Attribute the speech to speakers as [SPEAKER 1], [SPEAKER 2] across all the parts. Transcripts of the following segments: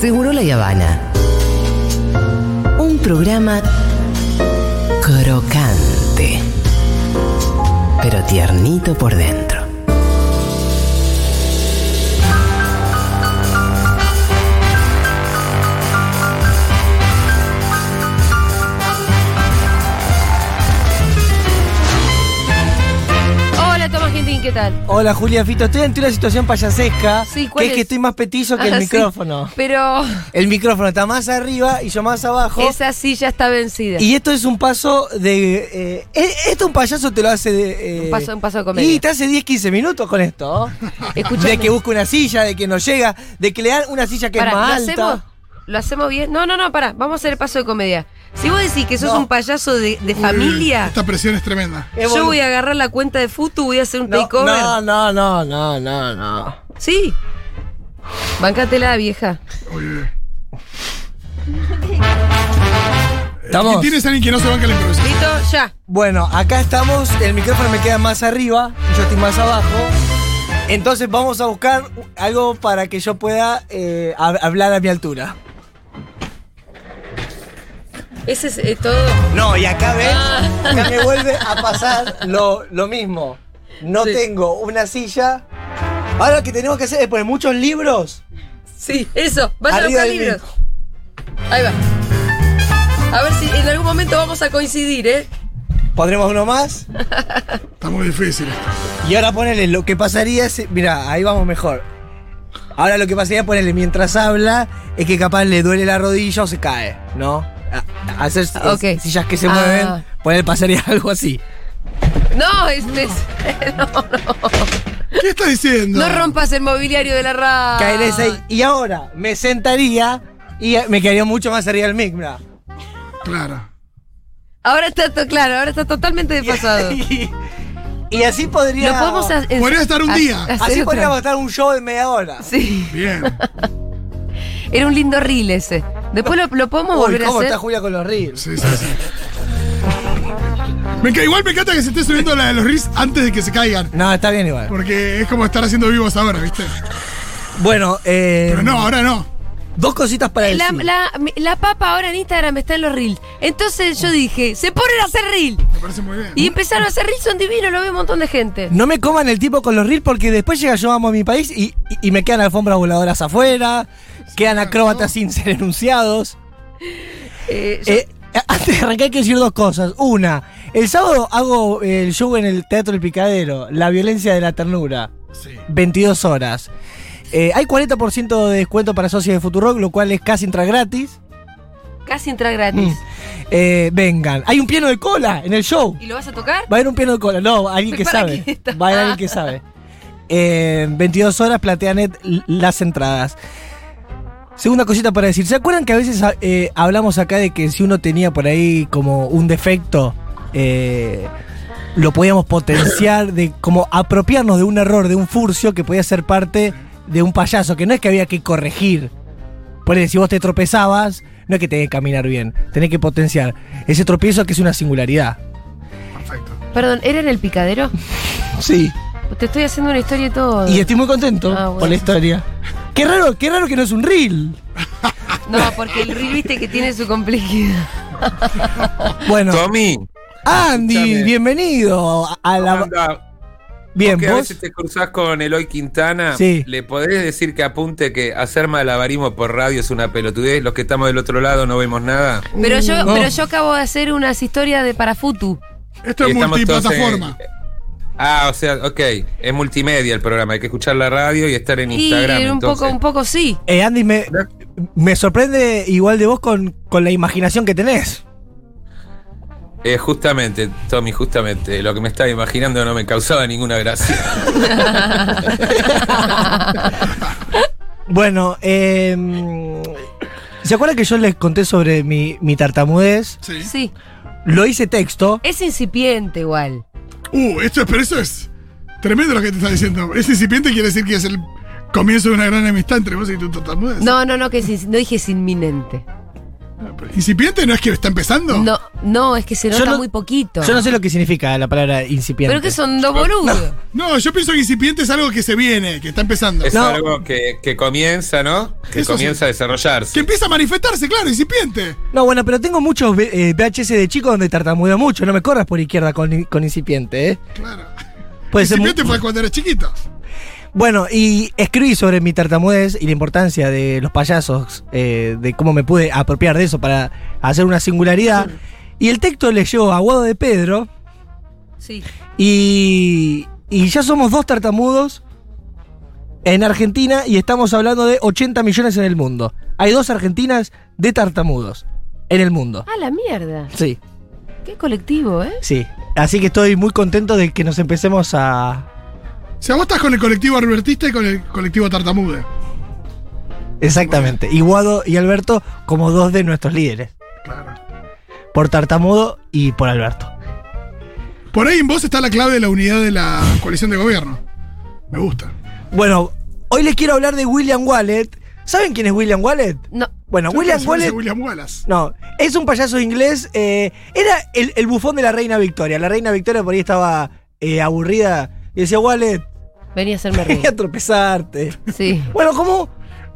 [SPEAKER 1] Seguro la Habana. Un programa crocante, pero tiernito por dentro.
[SPEAKER 2] Hola Tomás Gentín, ¿qué tal?
[SPEAKER 3] Hola Julia Fito, estoy ante una situación payasesca,
[SPEAKER 2] Sí, ¿cuál
[SPEAKER 3] que es,
[SPEAKER 2] es?
[SPEAKER 3] que estoy más petizo que
[SPEAKER 2] Ah,
[SPEAKER 3] el
[SPEAKER 2] sí.
[SPEAKER 3] micrófono.
[SPEAKER 2] Pero
[SPEAKER 3] El micrófono está más arriba y yo más abajo.
[SPEAKER 2] esa silla está vencida.
[SPEAKER 3] Y esto es un paso de... eh, eh, esto un payaso te lo hace de... eh,
[SPEAKER 2] Un paso- un paso de comedia.
[SPEAKER 3] Y te hace 10, 15 minutos con esto.
[SPEAKER 2] Escuchame.
[SPEAKER 3] De que busca una silla, de que no llega, de que le dan una silla que
[SPEAKER 2] Pará,
[SPEAKER 3] es
[SPEAKER 2] ¿lo
[SPEAKER 3] más alta.
[SPEAKER 2] hacemos? ¿Lo hacemos bien? No, no, no, pará, vamos a hacer el paso de comedia. Si vos decís que sos
[SPEAKER 3] No.
[SPEAKER 2] un payaso de, de
[SPEAKER 4] Uy,
[SPEAKER 2] familia,
[SPEAKER 4] Esta presión es tremenda.
[SPEAKER 3] Es
[SPEAKER 2] yo
[SPEAKER 3] boludo.
[SPEAKER 2] voy a agarrar la cuenta de Futu, voy a hacer un
[SPEAKER 3] no,
[SPEAKER 2] takeover.
[SPEAKER 3] no, no, no, no, no, no.
[SPEAKER 2] Sí. Bancátela, vieja.
[SPEAKER 4] Uy, uy, uy.
[SPEAKER 3] Estamos...
[SPEAKER 4] ¿Y tienes a alguien que no se banca la improvisación?
[SPEAKER 2] Listo, ya.
[SPEAKER 3] Bueno, acá estamos, el micrófono me queda más arriba, yo estoy más abajo. Entonces vamos a buscar algo para que yo pueda eh, hab- hablar a mi altura.
[SPEAKER 2] Ese es eh, todo.
[SPEAKER 3] No, y acá ves,
[SPEAKER 2] Ah.
[SPEAKER 3] acá me vuelve a pasar lo, lo mismo. No
[SPEAKER 2] Sí.
[SPEAKER 3] tengo una silla. Ahora lo que tenemos que hacer es poner muchos libros
[SPEAKER 2] Sí, eso. Vas a
[SPEAKER 3] arriba
[SPEAKER 2] buscar
[SPEAKER 3] del
[SPEAKER 2] libros.
[SPEAKER 3] mismo.
[SPEAKER 2] Ahí va. A ver si en algún momento vamos a coincidir, ¿eh?
[SPEAKER 3] Pondremos uno más.
[SPEAKER 4] Está muy difícil. esto.
[SPEAKER 3] Y ahora ponele lo que pasaría si. Mirá, ahí vamos mejor. Ahora lo que pasaría, ponele mientras habla, es que capaz le duele la rodilla o se cae, ¿no? A- a Hacer s-
[SPEAKER 2] Ok.
[SPEAKER 3] s- sillas que se
[SPEAKER 2] Ah.
[SPEAKER 3] mueven, poner pasaría algo así.
[SPEAKER 2] No, este es- no, no.
[SPEAKER 4] ¿Qué estás diciendo?
[SPEAKER 2] No rompas el mobiliario de la radio.
[SPEAKER 3] Caerés ahí.
[SPEAKER 2] Ah.
[SPEAKER 3] Y ahora me sentaría y eh, me quedaría mucho más arriba del mic, mirá.
[SPEAKER 4] Claro.
[SPEAKER 2] Ahora está todo claro, ahora está totalmente desfasado.
[SPEAKER 3] Y, y así podría.
[SPEAKER 2] Lo podemos ha- es-
[SPEAKER 4] Podría estar un
[SPEAKER 2] ha-
[SPEAKER 4] día.
[SPEAKER 2] hacer
[SPEAKER 3] Así
[SPEAKER 2] otra.
[SPEAKER 3] podríamos estar un show de media hora.
[SPEAKER 2] Sí,
[SPEAKER 4] Bien.
[SPEAKER 2] era un lindo reel ese. Después lo, lo podemos
[SPEAKER 3] Uy,
[SPEAKER 2] volver a
[SPEAKER 3] ¿cómo
[SPEAKER 2] hacer.
[SPEAKER 3] está Julia con los reels?
[SPEAKER 4] Sí, sí, sí. Me enca- igual me encanta que se esté subiendo la de los reels antes de que se caigan.
[SPEAKER 3] No, está bien igual.
[SPEAKER 4] Porque es como estar haciendo vivos ahora, ¿viste?
[SPEAKER 3] Bueno, eh,
[SPEAKER 4] Pero no, ahora no.
[SPEAKER 3] dos cositas para
[SPEAKER 2] La,
[SPEAKER 3] decir.
[SPEAKER 2] la, la papa ahora en Instagram está en los reels. Entonces yo dije, se ponen a hacer reel.
[SPEAKER 4] Me parece muy bien.
[SPEAKER 2] Y empezaron a hacer reels, son divinos, lo ve un montón de gente.
[SPEAKER 3] No me coman el tipo con los reels porque después llega yo amo a mi país y, y- y me quedan alfombras voladoras afuera, quedan acróbatas sin ser enunciados.
[SPEAKER 2] Eh, yo-
[SPEAKER 3] Eh, antes de arrancar hay que decir dos cosas. Una, el sábado hago eh, el show en el Teatro El Picadero, La Violencia de la Ternura,
[SPEAKER 4] Sí.
[SPEAKER 3] 22 horas. Eh, hay 40% de descuento para socios de Futurock, lo cual es casi entra gratis.
[SPEAKER 2] casi entra gratis.
[SPEAKER 3] Eh, vengan, hay un piano de cola en el show.
[SPEAKER 2] ¿Y lo vas a tocar?
[SPEAKER 3] Va a haber un piano de cola. No, alguien que
[SPEAKER 2] ¿Para
[SPEAKER 3] sabe.
[SPEAKER 2] qué está?
[SPEAKER 3] Va a haber alguien que sabe. Eh, 22 horas, Plateanet, l- las entradas. Segunda cosita para decir. ¿Se acuerdan que a veces a- eh, hablamos acá de que si uno tenía por ahí como un defecto, eh, lo podíamos potenciar, de como apropiarnos de un error, de un furcio que podía ser parte de un payaso, que no es que había que corregir. Por ejemplo, si vos te tropezabas, no es que tenés que caminar bien, tenés que potenciar ese tropiezo que es una singularidad.
[SPEAKER 4] Perfecto.
[SPEAKER 2] Perdón, ¿era en el picadero?
[SPEAKER 3] Sí.
[SPEAKER 2] Te estoy haciendo una historia y todo.
[SPEAKER 3] Y estoy muy contento
[SPEAKER 2] Ah, bueno.
[SPEAKER 3] por la historia. Qué raro, qué raro que no es un reel.
[SPEAKER 2] No, porque el reel viste que tiene su complejidad.
[SPEAKER 3] Bueno,
[SPEAKER 5] Tommy,
[SPEAKER 3] Andy,
[SPEAKER 5] escúchame.
[SPEAKER 3] bienvendo a- a la.
[SPEAKER 5] anda,
[SPEAKER 3] Bien,
[SPEAKER 5] que a
[SPEAKER 3] vos.
[SPEAKER 5] veces te cruzás con Eloy Quintana,
[SPEAKER 3] Sí.
[SPEAKER 5] le podés decir que apunte que hacer malabarismo por radio es una pelotudez, los que estamos del otro lado no vemos nada.
[SPEAKER 2] Pero yo,
[SPEAKER 3] no.
[SPEAKER 2] pero yo acabo de hacer unas historias de Parafutu.
[SPEAKER 4] Esto
[SPEAKER 5] Y
[SPEAKER 4] es
[SPEAKER 5] estamos todos en-
[SPEAKER 4] multiplataforma.
[SPEAKER 5] Ah, o sea, ok, es multimedia el programa, hay que escuchar la radio y estar en
[SPEAKER 2] Y
[SPEAKER 5] Instagram.
[SPEAKER 2] un
[SPEAKER 5] entonces.
[SPEAKER 2] poco, un poco sí.
[SPEAKER 3] Eh, Andy, me, me sorprende igual de vos con, con la imaginación que tenés.
[SPEAKER 5] Eh, justamente, Tommy, justamente, lo que me estaba imaginando no me causaba ninguna gracia.
[SPEAKER 3] Bueno, eh, ¿se acuerdan que yo les conté sobre mi, mi tartamudez?
[SPEAKER 4] Sí.
[SPEAKER 2] Sí.
[SPEAKER 3] Lo hice texto.
[SPEAKER 2] Es incipiente igual.
[SPEAKER 4] Uh, esto es, pero eso es tremendo lo que te está diciendo. Ese incipiente quiere decir que es el comienzo de una gran amistad entre vos y tu tartamudez.
[SPEAKER 2] No, no, no, que es inci- no dije es inminente.
[SPEAKER 4] Ah, ¿Incipiente no es que está empezando?
[SPEAKER 2] No, no, es que se
[SPEAKER 3] Yo
[SPEAKER 2] nota
[SPEAKER 3] no-
[SPEAKER 2] muy poquito.
[SPEAKER 3] Yo no sé lo que significa la palabra incipiente.
[SPEAKER 2] Pero que son dos boludos.
[SPEAKER 4] No, yo pienso que incipiente es algo que se viene, que está empezando.
[SPEAKER 5] Es
[SPEAKER 3] No.
[SPEAKER 5] algo que, que comienza, ¿no? Que
[SPEAKER 4] Eso sí.
[SPEAKER 5] comienza a
[SPEAKER 4] Que
[SPEAKER 5] desarrollarse.
[SPEAKER 4] empieza a manifestarse, claro, incipiente.
[SPEAKER 3] No, bueno, pero tengo muchos eh, VHS de chico donde tartamudeo mucho. No me corras por izquierda con, con incipiente, ¿eh?
[SPEAKER 4] Claro.
[SPEAKER 3] Puede ser mu-
[SPEAKER 4] incipiente fue cuando era chiquito.
[SPEAKER 3] Bueno, y escribí sobre mi tartamudez y la importancia de los payasos, eh, de cómo me pude apropiar de eso para hacer una singularidad. Y el texto le llegó a Guado de Pedro
[SPEAKER 6] Sí.
[SPEAKER 3] y, y ya somos dos tartamudos en Argentina y estamos hablando de 80 millones en el mundo. Hay dos argentinas de tartamudos en el mundo.
[SPEAKER 2] Ah, la mierda.
[SPEAKER 3] Sí,
[SPEAKER 2] Qué colectivo, ¿eh?
[SPEAKER 3] sí. Así que estoy muy contento de que nos empecemos a...
[SPEAKER 4] O sea, vos estás con el colectivo albertista y con el colectivo tartamude.
[SPEAKER 3] Exactamente. Y Guado y Alberto como dos de nuestros líderes.
[SPEAKER 4] Claro.
[SPEAKER 3] por Tartamudo y por Alberto.
[SPEAKER 4] Por ahí en vos está la clave de la unidad de la coalición de gobierno. Me gusta.
[SPEAKER 3] Bueno, hoy les quiero hablar de William Wallet. ¿Saben quién es William Wallet?
[SPEAKER 2] No.
[SPEAKER 3] Bueno,
[SPEAKER 4] Yo
[SPEAKER 3] William
[SPEAKER 4] creo que se parece
[SPEAKER 3] Wallet.
[SPEAKER 4] a William Wallace.
[SPEAKER 3] No, es un payaso inglés. eh, era el, el bufón de la reina Victoria. La reina Victoria por ahí estaba eh, aburrida y decía, Wallet,
[SPEAKER 2] Venía a hacerme
[SPEAKER 3] voy a
[SPEAKER 2] reír.
[SPEAKER 3] tropezarte.
[SPEAKER 2] Sí.
[SPEAKER 3] Bueno, como,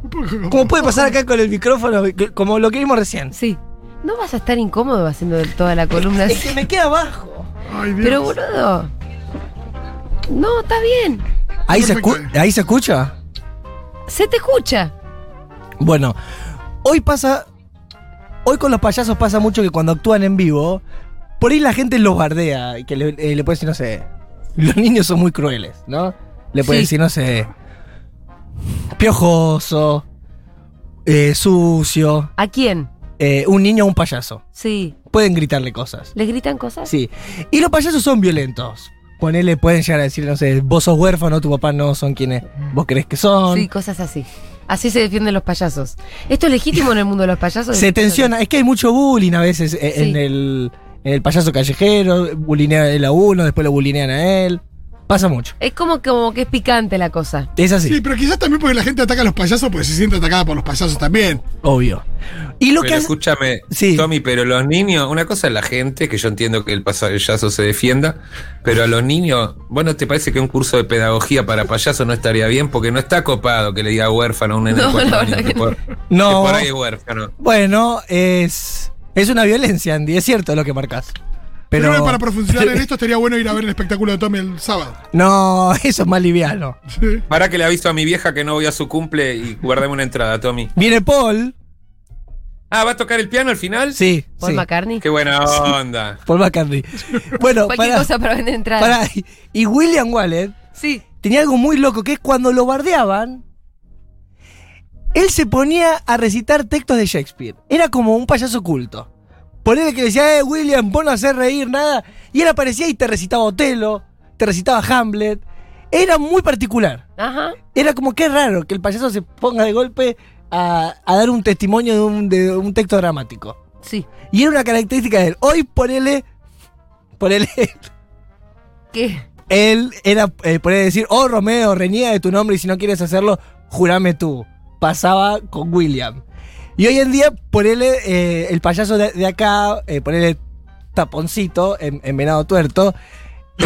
[SPEAKER 4] Un poco como-
[SPEAKER 3] como puede pasar acá con el micrófono, que- como lo que vimos recién.
[SPEAKER 2] Sí. No vas a estar incómodo haciendo toda la columna
[SPEAKER 3] Es que
[SPEAKER 2] así.
[SPEAKER 3] me queda abajo.
[SPEAKER 4] Ay, Dios.
[SPEAKER 2] Pero boludo. No, está bien.
[SPEAKER 3] ¿Ahí se,
[SPEAKER 4] Perfecto.
[SPEAKER 3] escu- ¿Ahí se escucha?
[SPEAKER 2] Se te escucha.
[SPEAKER 3] Bueno, hoy pasa. Hoy con los payasos pasa mucho que cuando actúan en vivo, por ahí la gente los bardea. y Que le, eh, le puede decir, no sé. Los niños son muy crueles, ¿no? Le puede
[SPEAKER 2] Sí.
[SPEAKER 3] decir, no sé. Piojoso. eh, sucio.
[SPEAKER 2] ¿A quién?
[SPEAKER 3] eh, un niño a un payaso.
[SPEAKER 2] Sí.
[SPEAKER 3] Pueden gritarle cosas.
[SPEAKER 2] ¿Les gritan cosas?
[SPEAKER 3] Sí. Y los payasos son violentos. Ponele, pueden llegar a decir, no sé, vos sos huérfano, tu papá no son quienes vos crees que son.
[SPEAKER 2] Sí, cosas así. Así se defienden los payasos. ¿Esto es legítimo en el mundo de los payasos?
[SPEAKER 3] Se tensiona, es que hay mucho bullying a veces e- en,
[SPEAKER 2] Sí.
[SPEAKER 3] el, en el payaso callejero, bulinean él a uno, después lo bulinean a él. Pasa mucho.
[SPEAKER 2] Es como, como que es picante la cosa.
[SPEAKER 3] Es así,
[SPEAKER 4] Sí, pero quizás también porque la gente ataca a los payasos porque se siente atacada por los payasos también.
[SPEAKER 3] obvio. Y lo
[SPEAKER 5] Pero
[SPEAKER 3] que hace-
[SPEAKER 5] escúchame,
[SPEAKER 3] Sí.
[SPEAKER 5] Tommy, pero los niños, una cosa es la gente, que yo entiendo que el payaso se defienda, pero a los niños, bueno, ¿te parece que un curso de pedagogía para payaso no estaría bien? Porque no está copado que le diga huérfano a un nene de
[SPEAKER 2] No,
[SPEAKER 5] cuatro
[SPEAKER 2] la
[SPEAKER 5] años
[SPEAKER 2] verdad
[SPEAKER 5] que
[SPEAKER 2] que
[SPEAKER 5] por,
[SPEAKER 3] No.
[SPEAKER 5] que por ahí es huérfano.
[SPEAKER 3] Bueno, es, es una violencia, Andy, es cierto lo que marcas.
[SPEAKER 4] Pero
[SPEAKER 3] Pero
[SPEAKER 4] para profundizar en esto estaría bueno ir a ver el espectáculo de Tommy el sábado.
[SPEAKER 3] No, eso es más liviano.
[SPEAKER 4] Sí.
[SPEAKER 5] Para que le aviso a mi vieja que no voy a su cumple y guardame una entrada, Tommy.
[SPEAKER 3] Viene Paul.
[SPEAKER 5] Ah, ¿va a tocar el piano al final?
[SPEAKER 3] Sí,
[SPEAKER 2] Paul
[SPEAKER 3] sí,
[SPEAKER 2] McCartney.
[SPEAKER 5] Qué buena onda.
[SPEAKER 3] Paul McCartney. Bueno,
[SPEAKER 2] Cualquier
[SPEAKER 3] pará,
[SPEAKER 2] cosa para vender entradas.
[SPEAKER 3] pará. Y- Y William Wallet
[SPEAKER 2] Sí.
[SPEAKER 3] tenía algo muy loco, que es cuando lo bardeaban, él se ponía a recitar textos de Shakespeare. Era como un payaso culto. Ponele que le decía, eh, William, vos no hacer reír nada. Y él aparecía y te recitaba Otelo, te recitaba Hamlet. Era muy particular.
[SPEAKER 2] Ajá.
[SPEAKER 3] Era como que raro que el payaso se ponga de golpe a, a dar un testimonio de un, de un texto dramático.
[SPEAKER 2] Sí.
[SPEAKER 3] Y era una característica de él. Hoy ponele, ponele,
[SPEAKER 2] ¿Qué?
[SPEAKER 3] él era, eh, podía decir, oh Romeo, reniega de tu nombre y si no quieres hacerlo, jurame tú. Pasaba con William. Y hoy en día, ponele eh, el payaso de, de acá, eh, ponele taponcito en, en venado tuerto.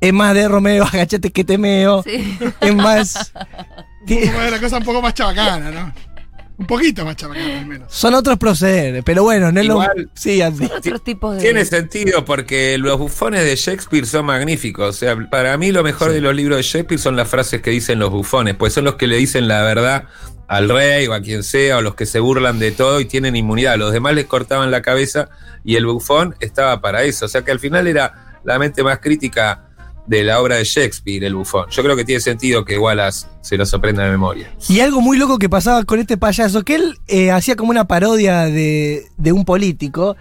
[SPEAKER 3] es más de Romeo, agachate que temeo.
[SPEAKER 2] Sí.
[SPEAKER 3] Es más. ti-
[SPEAKER 4] Como la cosa un poco más chabacana, ¿no? Un poquito más chabacana, al menos.
[SPEAKER 3] Son otros procederes, pero bueno, no es lo-
[SPEAKER 5] Igual-
[SPEAKER 3] Sí, Andy.
[SPEAKER 2] Otros tipos de.
[SPEAKER 5] Tiene sentido porque los bufones de Shakespeare son magníficos. O sea, para mí lo mejor de los libros de Shakespeare son las frases que dicen los bufones, pues son los que le dicen la verdad al rey o a quien sea, o los que se burlan de todo y tienen inmunidad. Los demás les cortaban la cabeza y el bufón estaba para eso. O sea que al final era la mente más crítica de la obra de Shakespeare, el bufón. Yo creo que tiene sentido que Wallace se los aprenda de memoria.
[SPEAKER 3] Y algo muy loco que pasaba con este payaso, que él eh, hacía como una parodia de, de un político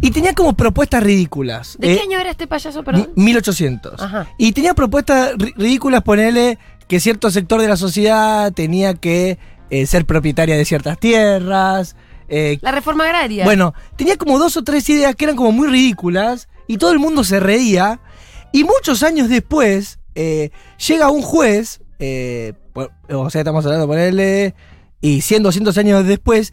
[SPEAKER 3] y tenía como propuestas ridículas.
[SPEAKER 2] ¿De
[SPEAKER 3] Eh,
[SPEAKER 2] qué año era este payaso, perdón?
[SPEAKER 3] mi- 1800.
[SPEAKER 2] Ajá.
[SPEAKER 3] Y tenía propuestas ri- ridículas, ponerle que cierto sector de la sociedad tenía que eh, ser propietaria de ciertas tierras. eh,
[SPEAKER 2] La reforma agraria.
[SPEAKER 3] bueno, tenía como dos o tres ideas que eran como muy ridículas y todo el mundo se reía. Y muchos años después eh, llega un juez, eh, por- o sea, estamos hablando, ponerle, y 100, 200 años después,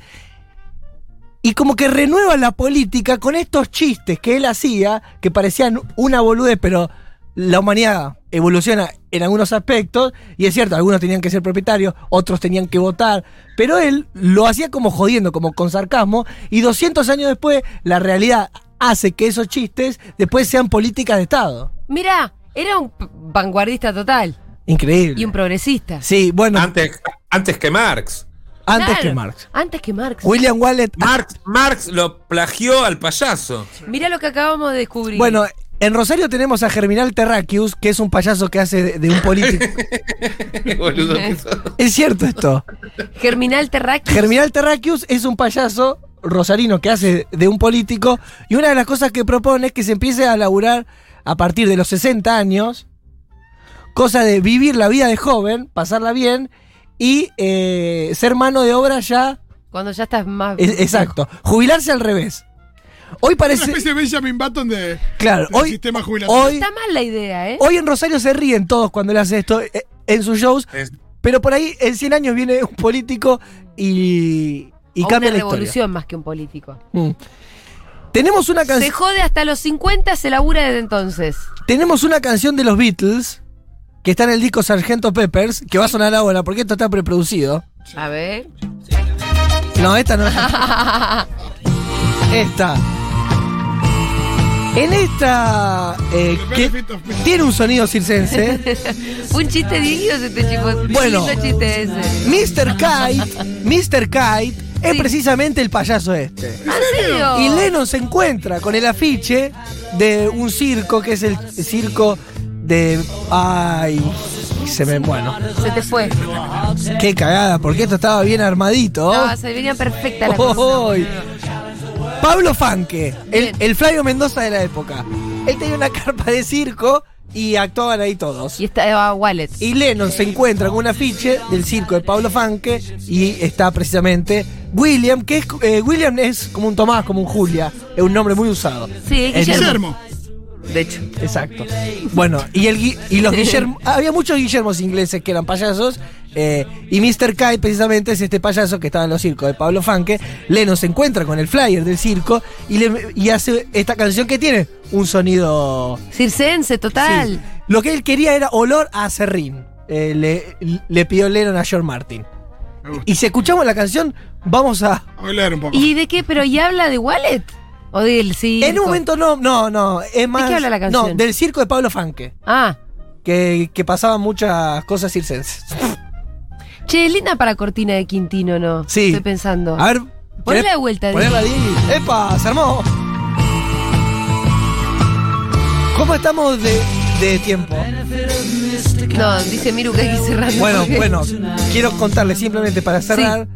[SPEAKER 3] Y como que renueva la política con estos chistes que él hacía, que parecían una boludez, pero la humanidad evoluciona en algunos aspectos, y es cierto, algunos tenían que ser propietarios, otros tenían que votar, pero él lo hacía como jodiendo, como con sarcasmo, y 200 años después la realidad hace que esos chistes después sean políticas de Estado.
[SPEAKER 2] Mirá, era un p- vanguardista total
[SPEAKER 3] Increíble.
[SPEAKER 2] y un progresista.
[SPEAKER 3] Sí, bueno, antes,
[SPEAKER 5] Antes, antes que Marx.
[SPEAKER 2] Claro,
[SPEAKER 3] que Marx.
[SPEAKER 2] Antes que Marx.
[SPEAKER 3] William ah, Wallet.
[SPEAKER 5] Marx. Marx lo plagió al payaso.
[SPEAKER 2] Mirá lo que acabamos de descubrir.
[SPEAKER 3] Bueno, en Rosario tenemos a Germinal Terracius, que es un payaso que hace de, de un político.
[SPEAKER 5] Boludo que sos.
[SPEAKER 3] es cierto esto.
[SPEAKER 2] Germinal Terraqui.
[SPEAKER 3] Germinal Terracius es un payaso rosarino que hace de un político. Y una de las cosas que propone es que se empiece a laburar a partir de los 60 años. Cosa de vivir la vida de joven, pasarla bien y eh, ser mano de obra ya.
[SPEAKER 2] cuando ya estás más.
[SPEAKER 3] e- exacto. Jubilarse al revés. Hoy
[SPEAKER 4] Una
[SPEAKER 3] parece.
[SPEAKER 4] especie de Benjamin Button de,
[SPEAKER 3] Claro,
[SPEAKER 4] del
[SPEAKER 3] hoy.
[SPEAKER 4] sistema jubilatorio.
[SPEAKER 3] Hoy,
[SPEAKER 2] Está mal la idea, ¿eh?
[SPEAKER 3] hoy en Rosario se ríen todos cuando le hace esto eh, en sus shows.
[SPEAKER 5] Es-
[SPEAKER 3] Pero por ahí en 100 años viene un político y, y
[SPEAKER 2] O
[SPEAKER 3] cambia
[SPEAKER 2] una
[SPEAKER 3] la historia.
[SPEAKER 2] revolución más que un político.
[SPEAKER 3] Mm. Tenemos una, can-
[SPEAKER 2] Se jode hasta los 50, se labura desde entonces.
[SPEAKER 3] tenemos una canción de los Beatles que está en el disco Sargento Peppers, que va a sonar ahora porque esto está preproducido.
[SPEAKER 2] A ver.
[SPEAKER 3] No, esta no. esta. En esta. eh,
[SPEAKER 4] The
[SPEAKER 3] que
[SPEAKER 4] benefit of me.
[SPEAKER 3] tiene un sonido circense.
[SPEAKER 2] Un chiste digno se te chipó.
[SPEAKER 3] Bueno.
[SPEAKER 2] Lindo chiste ese.
[SPEAKER 3] Mr. Kite. Mr. Kite
[SPEAKER 2] Sí.
[SPEAKER 3] es
[SPEAKER 2] Oh.
[SPEAKER 3] precisamente el payaso este.
[SPEAKER 2] ¿En serio?
[SPEAKER 3] Y Lennon se encuentra con el afiche de un circo que es el circo de. Ay. Se me. Bueno.
[SPEAKER 2] Se te fue.
[SPEAKER 3] Qué cagada, porque esto estaba bien armadito.
[SPEAKER 2] No, se venía perfecta la
[SPEAKER 3] Oh.
[SPEAKER 2] cosa.
[SPEAKER 3] Uy. Pablo Fanque, el,
[SPEAKER 2] Bien.
[SPEAKER 3] el Flavio Mendoza de la época. Él tenía una carpa de circo y actuaban ahí todos.
[SPEAKER 2] Y estaba Wallet.
[SPEAKER 3] Y Lennon se encuentra con un afiche del circo de Pablo Fanque y está precisamente William, que es eh, William es como un Tomás, como un Julia, es un nombre muy usado.
[SPEAKER 2] Sí, es
[SPEAKER 3] Es
[SPEAKER 2] Guillermo.
[SPEAKER 4] Guillermo.
[SPEAKER 2] De hecho.
[SPEAKER 3] Exacto. Bueno, y, el, Gui- y los Guillermo. Había muchos Guillermos ingleses que eran payasos. eh, y Mr. Kai, precisamente, es este payaso que estaba en los circos de Pablo Fanke. Leno se encuentra con el flyer del circo y, le- y hace esta canción que tiene un sonido.
[SPEAKER 2] Circense, total.
[SPEAKER 3] Sí. Lo que él quería era olor a serrín. Eh, le, le pidió Lennon a George Martin.
[SPEAKER 4] Me gusta.
[SPEAKER 3] Y si escuchamos la canción, vamos a.
[SPEAKER 4] A oler un poco.
[SPEAKER 2] ¿Y de qué? ¿Pero y habla de Wallet? ¿O del sí?
[SPEAKER 3] En un momento no, no, no. Es más.
[SPEAKER 2] qué habla la
[SPEAKER 3] No,
[SPEAKER 2] canción?
[SPEAKER 3] del circo de Pablo Fanke.
[SPEAKER 2] Ah.
[SPEAKER 3] Que, que pasaban muchas cosas circenses.
[SPEAKER 2] Che, linda para cortina de Quintino, ¿no?
[SPEAKER 3] Sí.
[SPEAKER 2] Estoy pensando.
[SPEAKER 3] A ver.
[SPEAKER 2] Ponela
[SPEAKER 3] poné-
[SPEAKER 2] de vuelta,
[SPEAKER 3] Ponela ahí. ¡Epa! ¡Se armó! ¿Cómo estamos de, de tiempo?
[SPEAKER 2] No, dice Miru que hay que ir cerrando.
[SPEAKER 3] Bueno,
[SPEAKER 2] porque-
[SPEAKER 3] bueno, quiero contarles simplemente para cerrar.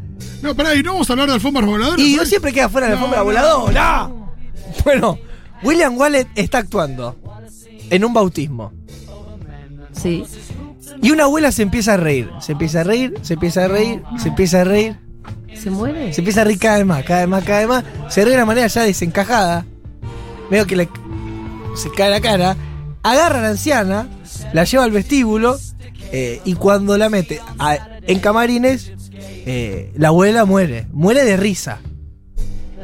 [SPEAKER 4] No, pará, y no vamos a hablar de alfombras voladoras.
[SPEAKER 3] Y yo
[SPEAKER 4] ¿sabes?
[SPEAKER 3] siempre queda fuera de la
[SPEAKER 4] No,
[SPEAKER 3] alfombra
[SPEAKER 4] no.
[SPEAKER 3] voladora. Bueno, William Wallet está actuando en un bautismo.
[SPEAKER 2] Sí.
[SPEAKER 3] Y una abuela se empieza a reír. Se empieza a reír, se empieza a reír, se empieza a reír.
[SPEAKER 2] ¿Se muere?
[SPEAKER 3] Se empieza a reír cada vez más, cada vez más, cada vez más. Se ríe de una manera ya desencajada. Veo que le se cae la cara. Agarra a la anciana, la lleva al vestíbulo eh, y cuando la mete a- en camarines, eh, la abuela muere. Muere de risa.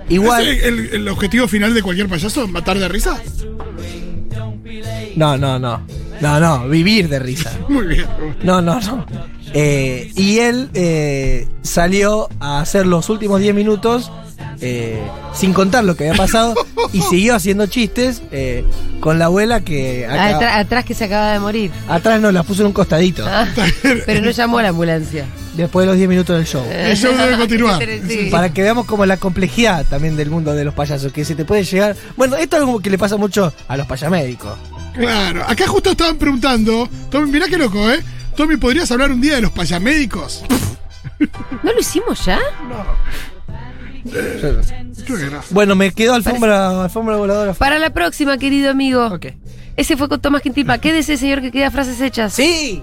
[SPEAKER 3] Igual.
[SPEAKER 4] ¿Ese es el, el objetivo final de cualquier payaso? ¿Matar de risa?
[SPEAKER 3] No, no, no. No, no. Vivir de risa.
[SPEAKER 4] Muy bien. me gusta.
[SPEAKER 3] No, no, no. Eh, y él eh, salió a hacer los últimos 10 minutos eh, sin contar lo que había pasado y siguió haciendo chistes eh, con la abuela que acá-
[SPEAKER 2] Atra- Ah, atrás que se acaba de morir.
[SPEAKER 3] atrás nos la puso en un costadito
[SPEAKER 2] Ah, pero no llamó a la ambulancia.
[SPEAKER 3] después de los 10 minutos del show.
[SPEAKER 2] Eh.
[SPEAKER 4] El show debe continuar.
[SPEAKER 2] Sí.
[SPEAKER 3] Ah, Para que veamos como la complejidad también del mundo de los payasos, que se te puede llegar... Bueno, esto es algo que le pasa mucho a los payamédicos.
[SPEAKER 4] Claro. Acá justo estaban preguntando. Tommy, mirá qué loco, ¿eh? Tommy, ¿podrías hablar un día de los payamédicos?
[SPEAKER 2] ¿No lo hicimos ya?
[SPEAKER 4] Yo que no.
[SPEAKER 3] Bueno, me quedó alfombra, alfombra voladora.
[SPEAKER 2] Para la próxima, querido amigo.
[SPEAKER 3] Ok.
[SPEAKER 2] Ese fue con Tomás Quintipa. Quédese, señor, que queda frases hechas.
[SPEAKER 3] Sí.